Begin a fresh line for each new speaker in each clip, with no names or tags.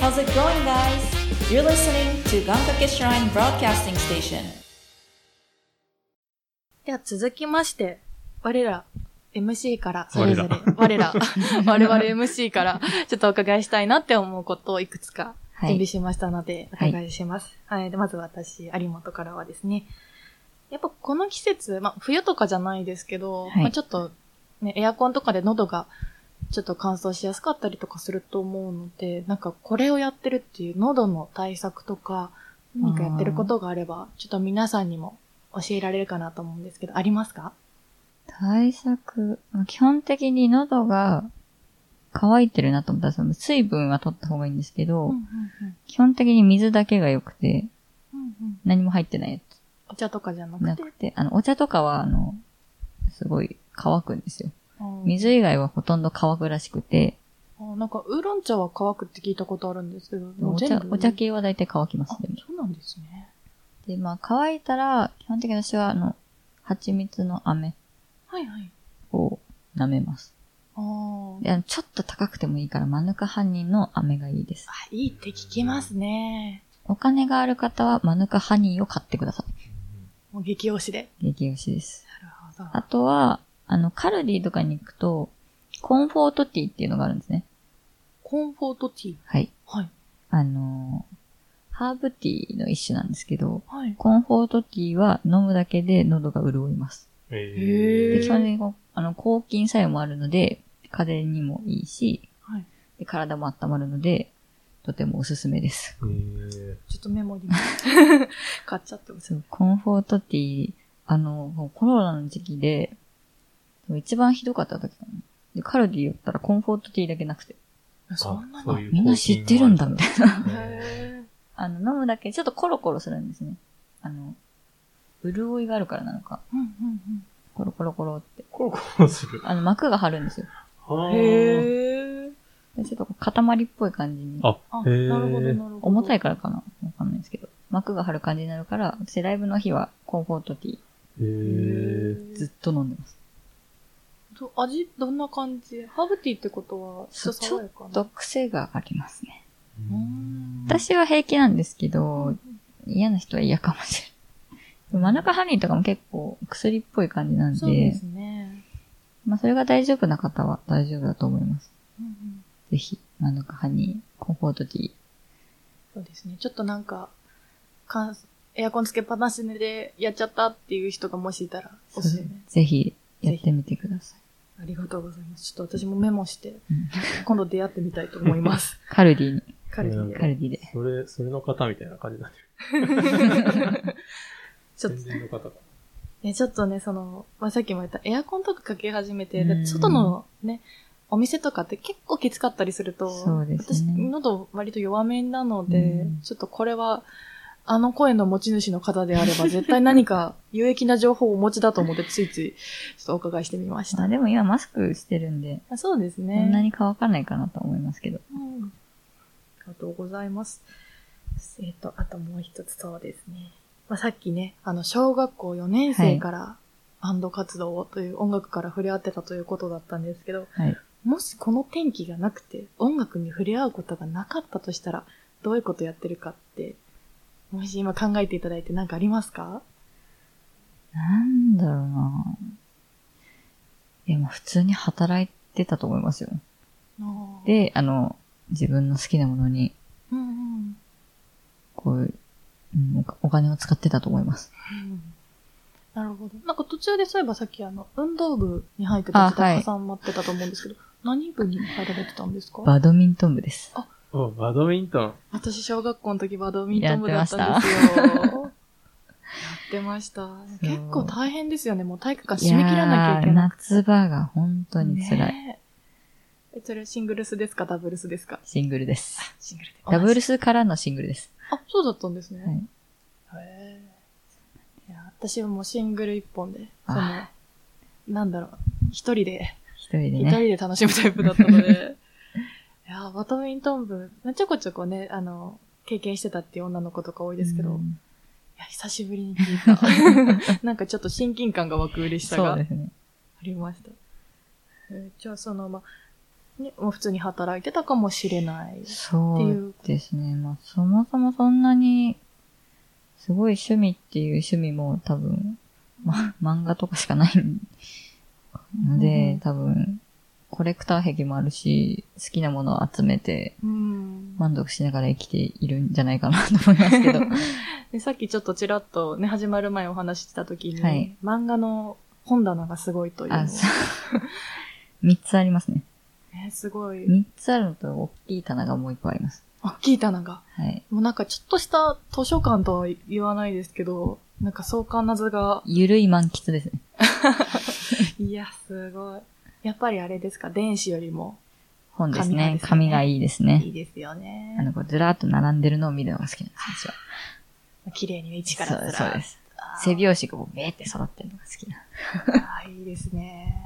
How's it going, guys? You're listening to Gankake Shrine Broadcasting Station.
では続きまして、我ら、MC から、それぞれ
我、
我ら、 我々 MC から、ちょっとお伺いしたいなって思うことをいくつか準備しましたので、
はい
お伺いします。はい、でまず私、有本からはですね、やっぱこの季節、まあ冬とかじゃないですけど、
はい
まあちょっと、ね、エアコンとかで喉がちょっと乾燥しやすかったりとかすると思うので、なんかこれをやってるっていう喉の対策とか、何かやってることがあれば、ちょっと皆さんにも教えられるかなと思うんですけど、ありますか
対策、まあ基本的に喉が乾いてるなと思ったら、その水分は取った方がいいんですけど、基本的に水だけが良くて、何も入ってないや
お茶とかじゃな
つ
く
な
て。
くて、あの、お茶とかは、あの、すごい乾くんですよ。
うん
水以外はほとんど乾くらしくて、
あなんか、ウーロン茶は乾くって聞いたことあるんですけど、もう
お茶
全、部
お茶系は大体乾きま
あ
す、でも。
そうなんですね。
で、まあ乾いたら、基本的に私は、あの、蜂蜜の飴
はいはい。
を舐めます。
あー
であのちょっと高くてもいいから、マヌカ犯人の飴がいいです
あ。。いいって聞きますね。
お金がある方はマヌカハニーを買ってくださ
もう激推しで。
い。激推しです。
なるほど。
あとは、あの、カルディとかに行くと、コンフォートティーっていうのがあるんですね。
コンフォートティー。
はい。
はい。
あのーハーブティーの一種なんですけど、
はい。
コンフォートティーは飲むだけで喉が潤います。
へー
で、基本的にこうあの、抗菌作用もあるので、風邪にもいいし、
はい
で体も温まるので、とてもおすすめです。
え
ちょっとメモにも 買っちゃってます。
そう、コンフォートティー、あの、もうコロナの時期で、一番ひどかった時かな。で、カルディ寄ったらコンフォートティーだけなくて。
そんな
そう
の。
いう
みんな知ってるんだ、みたいな。
な
へー
あの、飲むだけ、ちょっとコロコロするんですね。あの、潤いがあるからなのか、
うんうん
コロコロコロって。
コロコロする。
あの、膜が張るんですよ。
う
は
ん
ー
へー
でちょっとこう塊っぽい感じに。
あ
あ、
へー
なるほど、なるほど。
重たいからかなわかんないですけど。膜が張る感じになるから、私ライブの日はコンフォートティ
へー
ーずっと飲んでます。
ど味、どんな感じハーブティーってことは、ちょっと爽やかな。
と癖がありますね。
うん
私は平気なんですけど、嫌な人は嫌かもしれない。マヌカハニーとかも結構薬っぽい感じなん
そう
で、
ですね。
まあそれが大丈夫な方は大丈夫だと思います。
うんうん
ぜひ、マヌカハニー、コンフォートティー。
そうですね。ちょっとなんか、かんエアコンつけっぱなしでやっちゃったっていう人がもしいたら、おすすめ。
ぜひ、やってみてください。
ありがとうございます。ちょっと私もメモして
うん、
今度出会ってみたいと思い ます。
カルディに、
彼にね
カルディで。
それ、それの方みたいな感じになってる。
ちょっと
全然の方が。
え、ちょっとね、その、まあ、さっきも言った、エアコンとかかけ始めて、
う
で
ん
外のね、お店とかって結構きつかったりすると、
そうですね
私、喉割と弱めなので、
うん
ちょっとこれは、あの声の持ち主の方であれ ば、絶対何か有益な情報をお持ちだと思って、ついつい、ちょっとお伺いしてみまし
ま
た。
あでも今マスクしてるんで、
あそうです
そんな
ね。
に乾かないかなと思いますけど。
うんありがとうございます。えっ、と、あともう一つそうですね。まあ、さっきね、あの、小学校4年生からバンド活動をという音楽から触れ合ってたということだったんですけど、
はい。
もしこの天気がなくて音楽に触れ合うことがなかったとしたら、どういうことやってるかって、もし今考えていただいて何かありますか
なんだろうなぁ。いや、まあ普通に働いてたと思いますよ。
で、
で、あの、自分の好きなものに、
うんうん
こう、うん、おかお金を使ってたと思います。
うんなるほど。なんか途中でそういえばさっきあの、運動部に入ってた
あは
方
い
挟まってたと思うんですけど、 何部に入られてたんですか
バドミントン部です。
お、バドミントン。
私小学校の時バドミントン部だったんですよ。やってました。
う
結構大変ですよね。もう体育館締め切らなきゃいけ
やー
なくて。
夏場が本当に辛い。
ねえ。えそれはシングルスですかダブルスですか
シングルです。
シングルで。
ダブル
ス
スからのシングルです。
あ、そうだったんですね。へえ。いや、私はもうシングル一本で、その
あ、
なんだろう、一人で
一人で
一人
ね。
で楽しむタイプだったの で。いやー、バドミントン部、ちょこちょこね、あの、経験してたっていう女の子とか多いですけど、
う
い
ん
や、久しぶりに 聞いた。なんかちょっと親近感が湧く嬉しさ
そ
が
う
あ
ですね。
りました。えーじゃあ、その、ま、ね、もう普通に働いてたかもしれない。
そうですね。まあ、そもそもそんなに、すごい趣味っていう趣味も多分、ま、漫画とかしかないので、多分、コレクター癖もあるし、好きなものを集めて
うん。
満足しながら生きているんじゃないかなと思いますけ ど。
でさっきちょっとちらっとね、始まる前お話しした時に、
はい
漫画の本棚がすごいというのを
あ、そう。三つありますね。
ね、すごい、
三つあるのと、大きい棚がもう一個あります。
大きい棚が。
はい。
もうなんかちょっとした図書館とは言わないですけど、なんか壮観な図が、
ゆるい満喫ですね。
いや、すごい。やっぱりあれですか、電子よりも
本です
紙がで
ね
す。ね
紙がいいですね。
いいですよね。
あの、こうずらーっと並んでるのを見るのが好きなんです、私は。
綺麗に一からずら。
そうそうですす。
あー
背拍子がこう、べーって揃ってるのが好きな。
あーいいですね。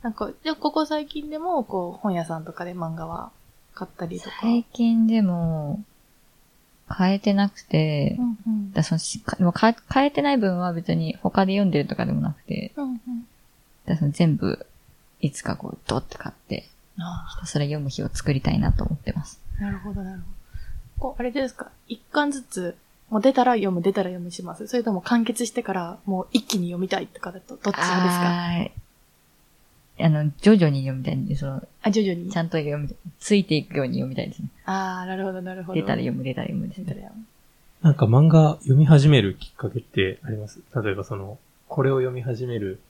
なんか、じゃあここ最近でも、こう、本屋さんとかで漫画は買ったりとか。
最近でも、変えてなくて
う、んうん。
だそのしかでもか変えてない分は別に他で読んでるとかでもなくて、
うんうん。
だその全部、いつかこう、ドッて買って、
あ
ひたすら読む日を作りたいなと思ってます。
あ、なるほど、なるほど。こう、あれですか、一巻ずつ、もう出たら読む、出たら読むします。それとも完結してから、もう一気に読みたいとかだと、どっち派ですかあ
あーあの、徐々に読みたいんで、その、
徐々に
ち。ゃんと読みたい、ついていくように読みたいですね。
ああ、なるほど、なるほど。
出たら読む、出たら読むです
出た
ね。
ら読む。
なんか漫画読み始めるきっかけってあります例えばその、これを読み始める、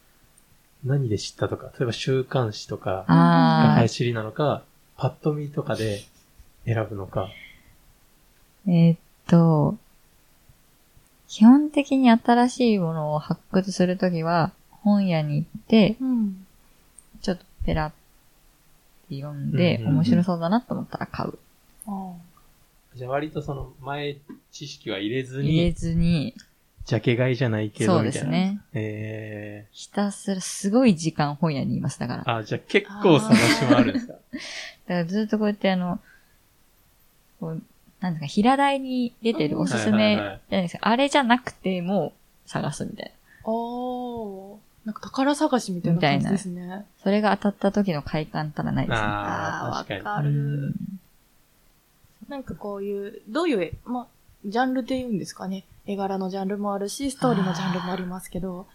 何で知ったとか、例えば週刊誌とかが
ああ
流、行りなのか、パッと見とかで選ぶのか。
えーっと、基本的に新しいものを発掘するときは、本屋に行って、
うん。
ちょっとペラって読んで、
うんうんうん
面白そうだなと思ったら買う。
あ
じゃあ割とその前知識は入れず
入れ
に、
ずに、
ジャケ買いじゃないけ
そ
ど
う
み
で
たい
す
な。
ね。
え
ひたすらすごい時間本屋にいます、だから。
ー、あ、じゃあ結構探しもあるんですか
だからずっとこうやってあの、こう、なんですか、平台に出てるおすすめ
うん
じゃないですか。あれじゃなくても探すみたいな。
あ。おー。なんか宝探しみたいな感じですね。
それが当たった時の快感たらないですね。
ああ、
あー
確
わ
か
か
に。
る
うん
なんかこういう、どういう、ま、ジャンルで言うんですかね。絵柄のジャンルもあるし、ストーリーのジャンルもありますけど。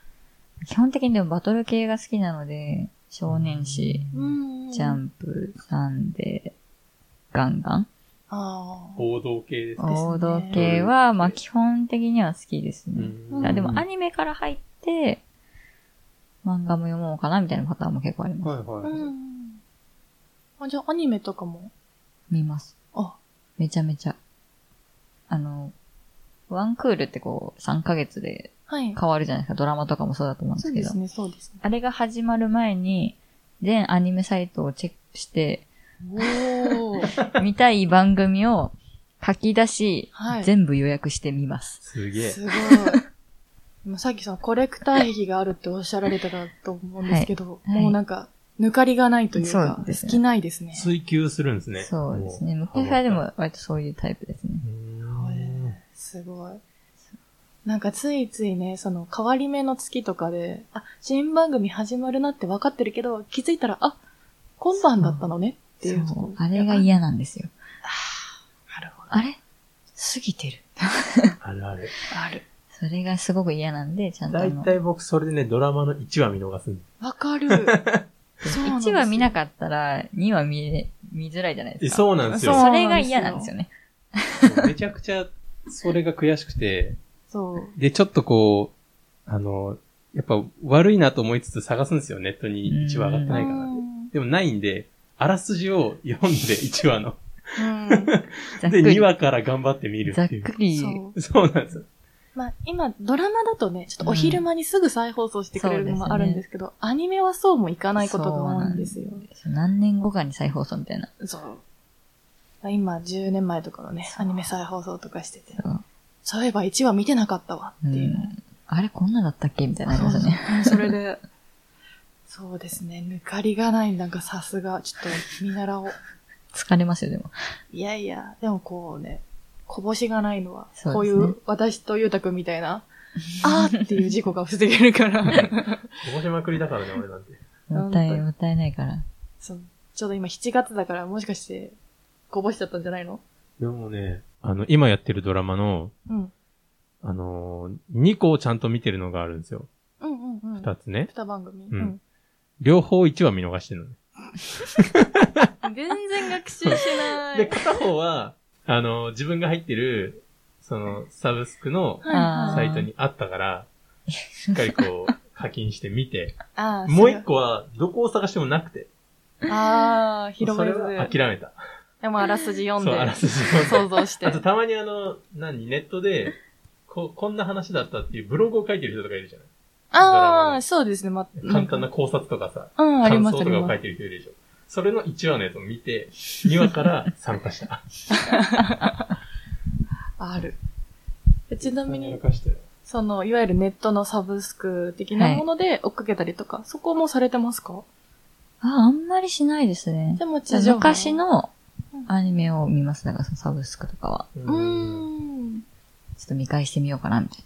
基本的にでもバトル系が好きなので、少年誌、
うん
ジャンプ、サンデー、ガンガン。
ああ。
王道系ですね。
ね
王道系は、まあ基本的には好きですね。
うん
あでもア
ニ
ニメから入って、漫画も読もうかなみたいなパターンも結構あります。
はいは
う
い。
ん。あ、じゃあアニメとかも。
見ます。
あ、
めちゃめちゃ。あの、ワンクールってこう、3ヶ月で
はい。
変わるじゃないですか。ドラマとかもそうだと思うんで
そ
す
う
け
で
ど。
すね、そうですね。
あれが始まる前に、全アニメサイトをチェックして、
おー。
見たい番組を書き出し、
はい
全部予約してみます。
すげえ
す。ごい。今さっきそのコレクター癖があるっておっしゃられてたと思うんですけど、
いはい
もうなんか、抜かりがないというか、
そうですね
好きないですね。
追求するんですね。
そうですね。
も
昔はで。も割とそういうタイプですね。
うん
すごい。なんかついついね、その変わり目の月とかで、あ、新番組始まるなって分かってるけど、気づいたら、あ、今晩だったのねっていう
そ
の
うあれが嫌なんですよ。
なるほど。
あれ過ぎてる。
あるある。
ある。
それがすごく嫌なんで、ちゃんとあ
だい
の。
たい僕それでね、ドラマの1話見逃すんで
わかる。そうなんです
1
よ
話見なかったら、2話見れ、見づらいじゃないで
す。
すか。
そうなんです
そう
よ。
それが嫌なんですよね。
めちゃくちゃ、それが悔しくて、
そう。
で、ちょっとこう、あの、やっぱ悪いなと思いつつ探すんですよ。ネットに1話上がってないかな
う
って。
ん
でもないんで、あらすじを読んで1話の。
うん
ざっく
で、2
り。
話から頑張って見る
ざ
っ
って
いう。
くり。
そう。
そうなんですよ。
まあ、今、ドラマだとね、ちょっとお昼間にすぐ再放送してくれるのもあるんですけど、アニメはそうもいかないことが多いんですよ。
何年後かに再放送みたいな。
そう。まあ今、10年前とかのね、
そう
アニメ再放送とかしてて
そう、
そういえば1話見てなかったわっていうのを
あれこんなだったっけみたいなのありますよね。
そうそうそれで、そうですね、抜かりがない、なんかさすが、ちょっと見習おう。
疲れますよ、でも。
いやいや、でもこうね、こぼしがないのは、
そうですね
こういう私とゆうたくんみたい な、あーっていう事故が防げるから。
こぼしまくりだからね、俺なんて。
もった
本
い、
当に
もったいないから。
そう。ちょうど今7月だから、もしかして、こぼしちゃったんじゃないの
でもね、あの、今やってるドラマの、
うん。
あのー、2個をちゃんと見てるのがあるんですよ。
うんうんうん。
2つね。
二番組。
うん両方1話見逃してるのね。
うん全然学習しな
で、
い。
片方は、あのー、自分が入ってる、その、サブスクの
はいはい
サイトにあったから、しっかりこう、課金して見て、
あー
もう1。個は、どこを探してもなくて、
それああ、広
そ
め
れ
ず。
は諦めた。
でもあらすじ読ん
そう、あら
で、
すじ読んで
想像して
あ。とたまにあの、何、ネットで、こ、こんな話だったっていうブログを書いてる人とかいるじゃない
ああ、そうですね。ま、
簡単な考察とかさ、
うん、あり
感
ま
想
す、あ
と
り
かを
ま
書い
す。
てる人いるでしょ。それの1話のやつを見て、2話から参 加した。
ある。ちなみに、
かしてる。
その、いわゆるネットのサブスク的なもので追っかけたりとか、そこもされてますか
あ、あんまりしないですね。
でも地上波
昔。のアニメを見ます。だからそのサブスクとかは。
う
うー。ん。
ちょっと見返してみようかな、みたい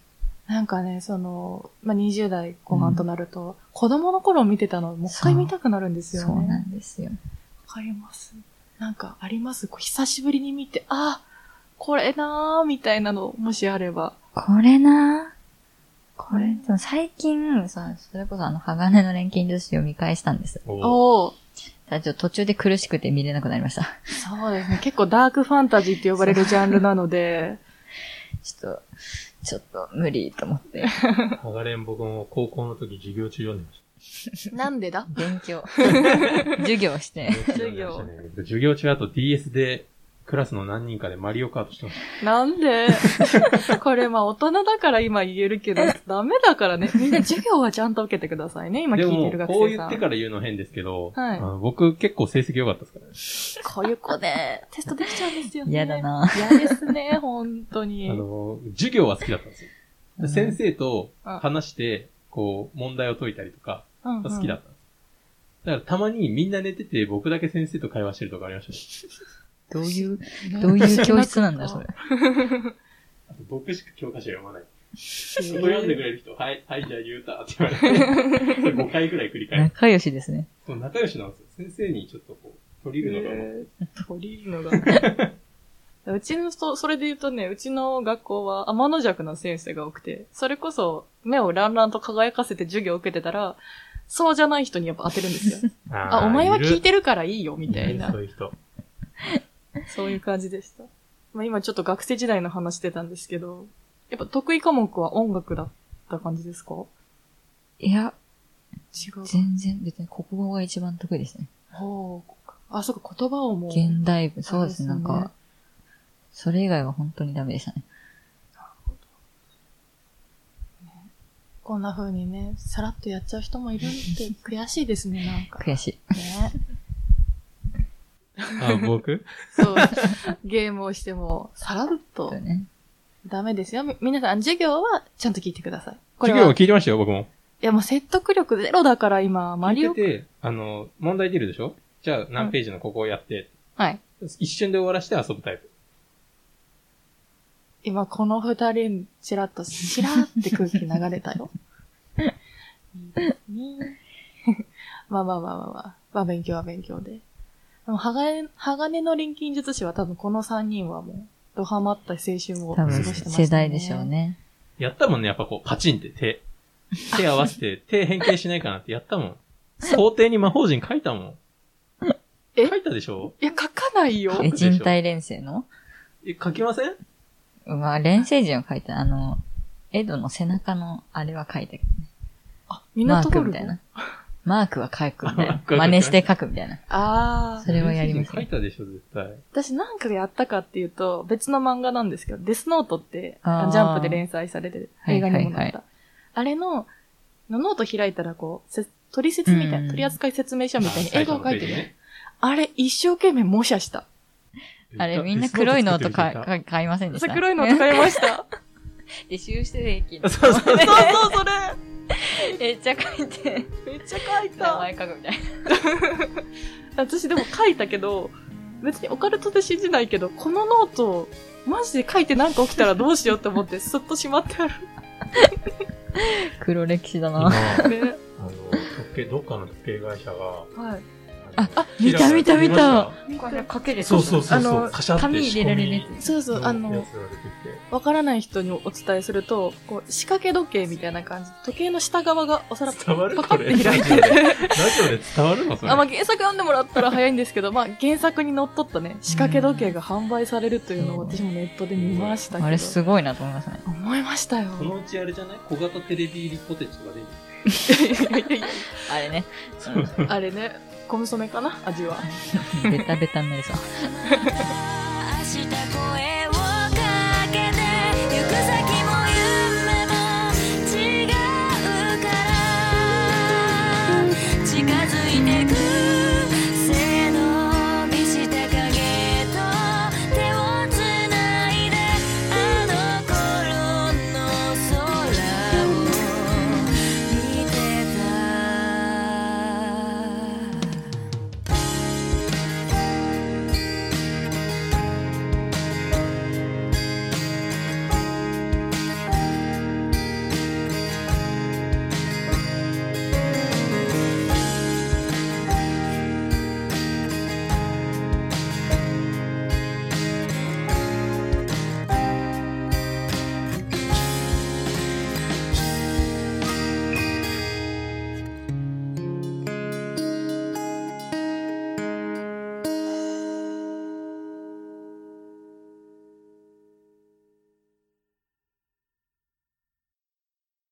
なんかね、その、まあ、20代後半となると、子供の頃見てたのをもう一回見たくなるんです
な。
よね。
そうなんですよ。
わかります。なんかありますこう久しぶりに見て、あこれなーみたいなの、もしあれば。
これなこれ、
うん
でも最近、そそれこそあの、鋼の錬金女子を見返したんです。
おー
おお
ただちょっと途中で苦しくて見れなくなりました。
そうですね。結構ダークファンタジーって呼ばれるジャンルなので、
ちょっと、ちょっと無理と思って。
ハガレン僕も高校の時授業中読んでまし
なんでだ
勉強。授業して。
た。
授業
読んでましたね授業中あと DS で、クラスの何人かでマリオカートしてまし
なん でこれまあ大人だから今言えるけど、ダメだからね。みんな授業はちゃんと受けてくださいね。今
た。で
聞いて
も
る、学
こう
生
言
さ
っ
ん。
てから言うの変ですけど、
はい
あの僕結構成績良かったですからね。
こういう子でテストできちゃうんですよね。
嫌だ。な
嫌ですね、本当に。
あの、授業は好きだったんですよ。で先生と
うん
話して、こう、問題を解いたりとか、
うんうん
好きだったんです。だからたまにみんな寝てて、僕だけ先生と会話してるとかありましたし、
どういう、
ね
どういう教室なんだ、それ。。
あと僕しか教科書読まない。
そ
そこ読んでくれる人、はい、はい、じゃあ言うたって言われ て、それ5回くらい繰り返す。
仲良しですね。
そう仲良しなんですよ。先生にちょっとこう、取り入るのが、
えー取り入るの が。うちのそ、それで言うとね、うちの学校は天の弱な先生が多くて、それこそ目をランランと輝かせて授業を受けてたら、そうじゃない人にやっぱ当てるんですよ。あ、お前は聞いてるからいいよ、みたいな
そう。いう人。
そういう感じでした。まあ、今ちょっと学生時代の話してたんですけど、やっぱ得意科目は音楽だった感じですか
いや、
違う。
全然、別に国語が一番得意ですね。
ほう。あ、そうか、言葉をもう。
現代文、そうですね、
そ
な
うんですね
か、それ以外は本当にダメでしたね。
こんな風にね、さらっとやっちゃう人もいる って悔しいですね、なんか。
悔しい。
ね。
あ、 僕
そう。ゲームをしても、さらっと
そう。ね。
ダメですよ。み皆さん、授業はちゃんと聞いてください。これ
授業
は。
はい聞いてましたよ、僕も。
や、もう説得力ゼロだから今、マ
聞
リ
い
オ。
てて、あの、問題出るでしょじゃあ何ページのここをやって、
はい。
一瞬で終わらせて遊ぶタイプ。
今、この二人、ちらっと、ちらって空気流れたよ。いいですね まあまあまあまあまあ。まあ勉強は勉強で。でも、鋼、鋼の錬金術師は多分この三人はもう、ドハマった青春を過
多
ごして
分、
ましたね。
世代でしょうね。
やったもんね、やっぱこう、パチンって 手。手合わせて、手変形しないかなってやったもん。想定に魔法陣書いたもん。
え
書いたでしょ
いや、書かないよ。
え、人体連成の
え、書きません
まあ、連成人を書いた、あの、エドの背中のあれは書いたけどね。
あ、
マ
港
ー
ゴ
ク
ル
み
ゴ
たいな。マークは書くみた
マ
い
ー
な。
クは書く
真似して書くみたいな。
ああ
そ。れはやりません
書いたでしょ、絶対。
私なんかやったかっていうと、別の漫画なんですけど、デスノートって、
あー
ジャンプで連載されてる
はい
映画にもなった。
はいは
あれの、のノート開いたらこう、せ取説みたい
うん
な、取扱説明書みたいに
あ
映画を書いて
最初のページ
る。
ね
あれ、一生懸命模写した。
あれ、みんな黒いノートか、
か
か買いませんでした。
黒い の使いました。
で、修正で きる。
そうそう。
そうそう、それ
めっちゃ書いて、
めっちゃ書い
名
た。
前書くみたいな。
私でも書いたけど、別にオカルトで信じないけど、このノート、マジで書いてなんか起きたらどうしようって思って、そっとしまってある
黒歴史だ
今、あ
な。
の、
ね。
時計、どっかの時計会社が、
はい。
あの
あ、あ見た見た見た。
これかける
そうそうそうそう
あの
カシャって
紙入れられるやつ
仕込み
そうそう、あ
や
の
つ、が出てきて
わからない人にお伝えすると、こう、仕掛け時計みたいな感じ。時計の下側がお皿パ
伝わる
カ
こ
ッ
れ。
て
ラ
開い
ジオ
て
で
る。
伝わるのそれ。
あ、まあ、原作読んでもらったら早いんですけど、まあ、原作にのっとったね、仕掛け時計が販売されるというのを私もネットで見ましたけど。
あれすごいなと思いますね。
思いましたよ。
そのうちあれじゃない小型テレビ入りポテチとか出る。
あれね。
あれね、コンソメかな味は。
ベタベタになりそう。
明日声をかけて行く先も夢も違うから近づいてく